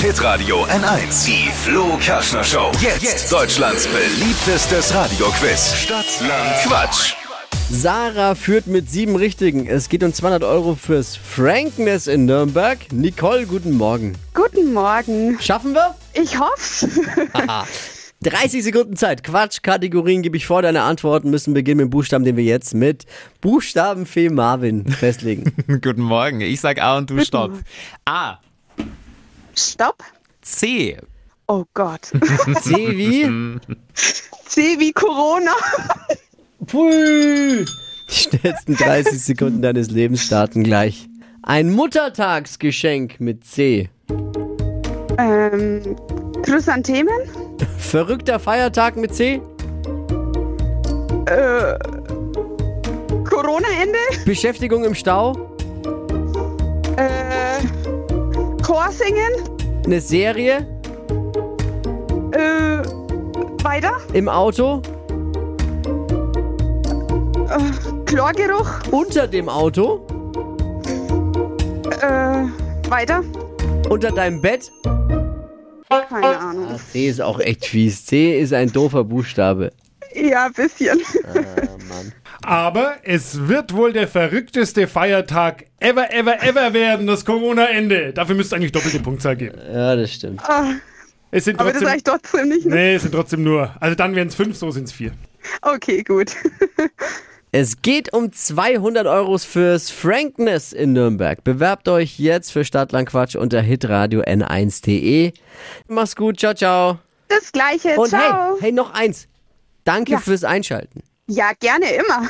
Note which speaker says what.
Speaker 1: Hitradio N1. Die Flo Kaschner Show. Jetzt, Deutschlands beliebtestes Radioquiz. Stadt, Land, Quatsch.
Speaker 2: Sarah führt mit sieben Richtigen. Es geht um 200 Euro fürs Frankness in Nürnberg. Nicole, guten Morgen.
Speaker 3: Guten Morgen.
Speaker 2: Schaffen wir?
Speaker 3: Ich hoff's.
Speaker 2: 30 Sekunden Zeit. Quatsch, Kategorien gebe ich vor. Deine Antworten müssen beginnen mit dem Buchstaben, den wir jetzt mit Buchstabenfee Marvin festlegen.
Speaker 4: Guten Morgen. Ich sag A und du stopp. A.
Speaker 3: Stopp.
Speaker 4: C.
Speaker 3: Oh Gott.
Speaker 2: C wie?
Speaker 3: C wie Corona.
Speaker 2: Pui. Die schnellsten 30 Sekunden deines Lebens starten gleich. Ein Muttertagsgeschenk mit C.
Speaker 3: Ähm, Chrysanthemen?
Speaker 2: Verrückter Feiertag mit C.
Speaker 3: Äh, Corona-Ende?
Speaker 2: Beschäftigung im Stau.
Speaker 3: Äh, Chor singen?
Speaker 2: Eine Serie
Speaker 3: Äh, weiter?
Speaker 2: im Auto.
Speaker 3: Chlorgeruch?
Speaker 2: Unter dem Auto.
Speaker 3: Äh, weiter?
Speaker 2: Unter deinem Bett.
Speaker 3: Keine
Speaker 5: Ah.
Speaker 3: Ahnung.
Speaker 2: C ist auch echt fies. C ist ein doofer Buchstabe.
Speaker 3: Ja, bisschen.
Speaker 5: Äh. Aber es wird wohl der verrückteste Feiertag ever, ever, ever werden, das Corona-Ende. Dafür müsste es eigentlich doppelte Punktzahl geben.
Speaker 2: Ja, das stimmt.
Speaker 3: Ah,
Speaker 5: Es sind
Speaker 3: aber das
Speaker 5: trotzdem,
Speaker 3: reicht trotzdem nicht. Ne?
Speaker 5: nee, es sind trotzdem nur. Also dann wären es fünf, so sind es vier.
Speaker 3: Okay, gut.
Speaker 2: Es geht um 200 Euro fürs Frankness in Nürnberg. Bewerbt euch jetzt für Stadtlandquatsch unter hitradio n1.de. E. Mach's gut, ciao, ciao.
Speaker 3: Das gleiche.
Speaker 2: Und
Speaker 3: Ciao.
Speaker 2: hey, hey, noch eins. Danke
Speaker 3: Ja.
Speaker 2: fürs Einschalten.
Speaker 3: Ja, gerne immer.